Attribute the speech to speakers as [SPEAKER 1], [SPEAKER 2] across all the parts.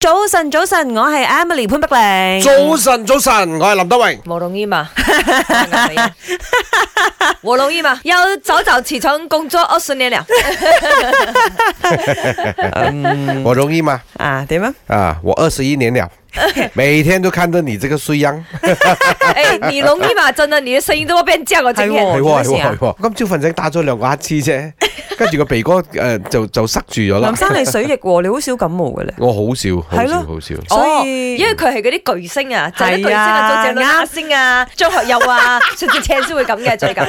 [SPEAKER 1] 早晨，早晨，我係 Emily 潘碧玲。
[SPEAKER 2] 早晨，早晨，我系林德荣。
[SPEAKER 3] 我容易 嘛，我容易嘛，要早早起床工作二十年 了。
[SPEAKER 2] 我容易吗？
[SPEAKER 1] 嗯啊，點啊？
[SPEAKER 2] 啊，我二十一年 了，每天都看着你这个衰样。
[SPEAKER 3] 哎，你容易嘛？真的，你的声音都会变降哦。
[SPEAKER 1] 哎
[SPEAKER 3] 今天
[SPEAKER 2] 係喎係
[SPEAKER 3] 做咩
[SPEAKER 2] 喎
[SPEAKER 3] 事啊
[SPEAKER 2] 係喎今朝瞓醒打咗兩個乞嗤啫，跟住個鼻哥诶就就塞住咗啦
[SPEAKER 1] 林。生你水逆喎，你好少感冒嘅咧。
[SPEAKER 2] 我好少，好
[SPEAKER 1] 係咯
[SPEAKER 2] 少，好少。
[SPEAKER 1] 所
[SPEAKER 3] 哦，
[SPEAKER 1] 以
[SPEAKER 3] 因為佢係嗰啲巨星啊，就係啲巨星
[SPEAKER 1] 係啊
[SPEAKER 3] 啊，周杰倫啊、星啊、張學友 啊、薛之谦先會咁嘅最近。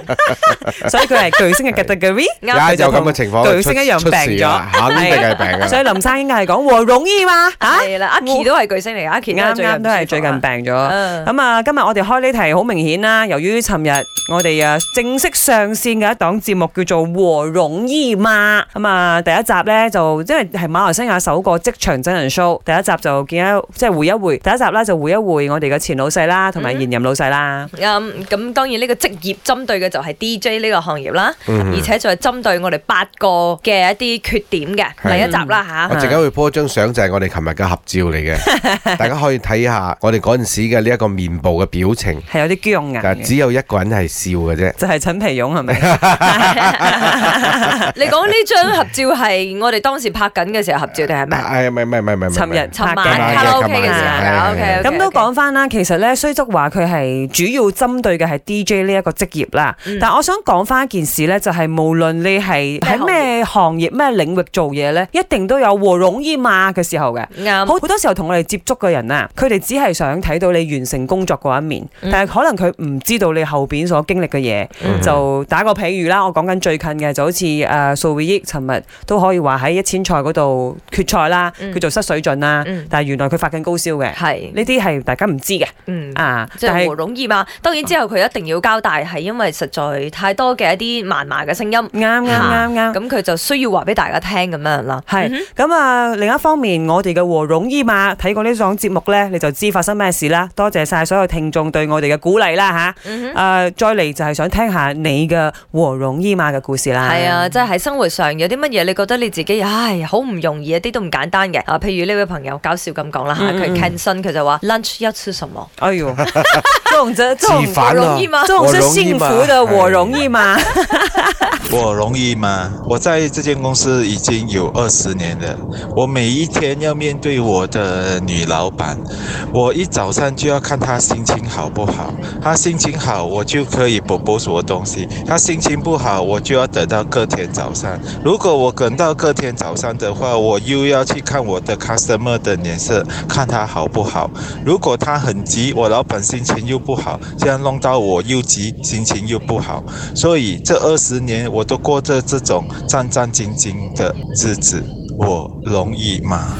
[SPEAKER 1] 所以佢係巨星嘅 category。
[SPEAKER 2] 而家就咁嘅情況，
[SPEAKER 1] 巨星一樣
[SPEAKER 2] 出
[SPEAKER 1] 病
[SPEAKER 2] 事
[SPEAKER 1] 咗啊
[SPEAKER 2] 啦肯定 係病㗎
[SPEAKER 1] 所
[SPEAKER 2] 啦。
[SPEAKER 1] 以林生應該係講和容易 嘛吓。
[SPEAKER 3] 係啦，阿 K 都係巨星嚟嘅，阿 K
[SPEAKER 1] 啱啱都係最近病咗。
[SPEAKER 3] 啊嗯
[SPEAKER 1] 咁啊，今日我哋開呢題好明顯啦，由於尋日我哋啊正式上線嘅一檔節目叫做《和容易嘛》，咁啊第一集咧就因為係馬來西亞首個職場真人 show，第一集就見一即係回一回，第一集啦就回一回我哋嘅前老細啦，同埋現任老細啦。
[SPEAKER 3] 嗯，咁當然呢個職業針對嘅就係 DJ 呢個行業啦，而且就係針對我哋八個嘅一啲缺點嘅
[SPEAKER 2] 係
[SPEAKER 3] 第一集啦吓
[SPEAKER 1] 啊
[SPEAKER 2] 我。陣間會 po 張相，就係我哋琴日嘅合照嚟 嘅，大家可以睇下我哋嗰陣時嘅呢一個面部嘅表情，
[SPEAKER 1] 係有啲僵硬
[SPEAKER 2] 但係
[SPEAKER 1] 嘅，
[SPEAKER 2] 只有一個人係笑嘅啫。
[SPEAKER 1] 就係陳皮勇係咪？
[SPEAKER 3] 你講呢張合照係我哋當時拍緊嘅時候合照定係咩？
[SPEAKER 2] 係哎咪咪咪咪咪？
[SPEAKER 1] 尋日
[SPEAKER 3] 尋 晚
[SPEAKER 1] 拍嘅
[SPEAKER 3] 卡拉 OK 嘅時
[SPEAKER 1] 琴晚
[SPEAKER 2] 嘅
[SPEAKER 3] 候
[SPEAKER 2] 係係係
[SPEAKER 3] ，OK，
[SPEAKER 1] 咁都講翻啦，其實咧，雖則話佢係主要針對嘅係 DJ 呢一個職業啦，
[SPEAKER 3] 嗯
[SPEAKER 1] 但我想講翻一件事咧，就係、無論你係喺咩行業、咩領域做嘢咧，一定都有和容易嘛嘅時候嘅。好
[SPEAKER 3] 啱。
[SPEAKER 1] 好多時候同我哋接觸嘅人啊，佢哋只係想睇到你完成工作嗰一面，
[SPEAKER 3] 嗯
[SPEAKER 1] 但係可能佢唔知道你後邊所經歷嘅嘢。
[SPEAKER 2] 嗯
[SPEAKER 1] 就打個譬如啦，我講緊最近嘅就好似誒素會益，尋日都可以話喺一千賽嗰度決賽啦，
[SPEAKER 3] 嗯
[SPEAKER 1] 佢做失水準啦，
[SPEAKER 3] 嗯
[SPEAKER 1] 但係原來佢發緊高燒嘅。
[SPEAKER 3] 係，
[SPEAKER 1] 呢啲係大家唔知嘅
[SPEAKER 3] 嗯。
[SPEAKER 1] 啊，
[SPEAKER 3] 即
[SPEAKER 1] 但
[SPEAKER 3] 係
[SPEAKER 1] 係
[SPEAKER 3] 和容易嘛，當然之後佢一定要交代，係因為實在太多嘅一啲謾罵嘅聲 音，咁
[SPEAKER 1] 啱啱
[SPEAKER 3] 啊
[SPEAKER 1] 啱啱。
[SPEAKER 3] 佢就需要話俾大家聽咁樣啦。
[SPEAKER 1] 係咁啊！另一方面，我哋嘅和容易嘛，睇過呢檔節目呢，你就知發生咩事啦。多謝晒所有聽眾對我哋嘅鼓勵啦吓。
[SPEAKER 3] 嗯
[SPEAKER 1] 誒、再嚟就係想聽下你嘅和容易嘛嘅故事啦。
[SPEAKER 3] 係啊，即係喺生活上有啲乜嘢，你覺得你自己唉好唔容易，一啲都唔簡單嘅啊。譬如呢位朋友搞笑咁講啦嚇，
[SPEAKER 1] 嗯嗯
[SPEAKER 3] 佢
[SPEAKER 1] 嗯
[SPEAKER 3] Kenson 佢就話 lunch 要吃什麼？
[SPEAKER 1] 哎 呦， 這種這這種
[SPEAKER 2] 自反
[SPEAKER 3] 容
[SPEAKER 2] 啊
[SPEAKER 3] 易嘛
[SPEAKER 1] 這種是幸福的
[SPEAKER 2] 和
[SPEAKER 1] 和容
[SPEAKER 2] 容
[SPEAKER 1] 易嘛。
[SPEAKER 4] 我容易吗？我在这间公司已经有二十年了，我每一天要面对我的女老板，我一早上就要看她心情好不好，她心情好我就可以 propose 我东西，她心情不好我就要等到隔天早上。如果我等到隔天早上的话，我又要去看我的 customer 的脸色，看她好不好。如果她很急，我老板心情又不好，这样弄到我又急，心情又不好。所以这二十年我都过着这种战战兢兢的日子，我容易吗？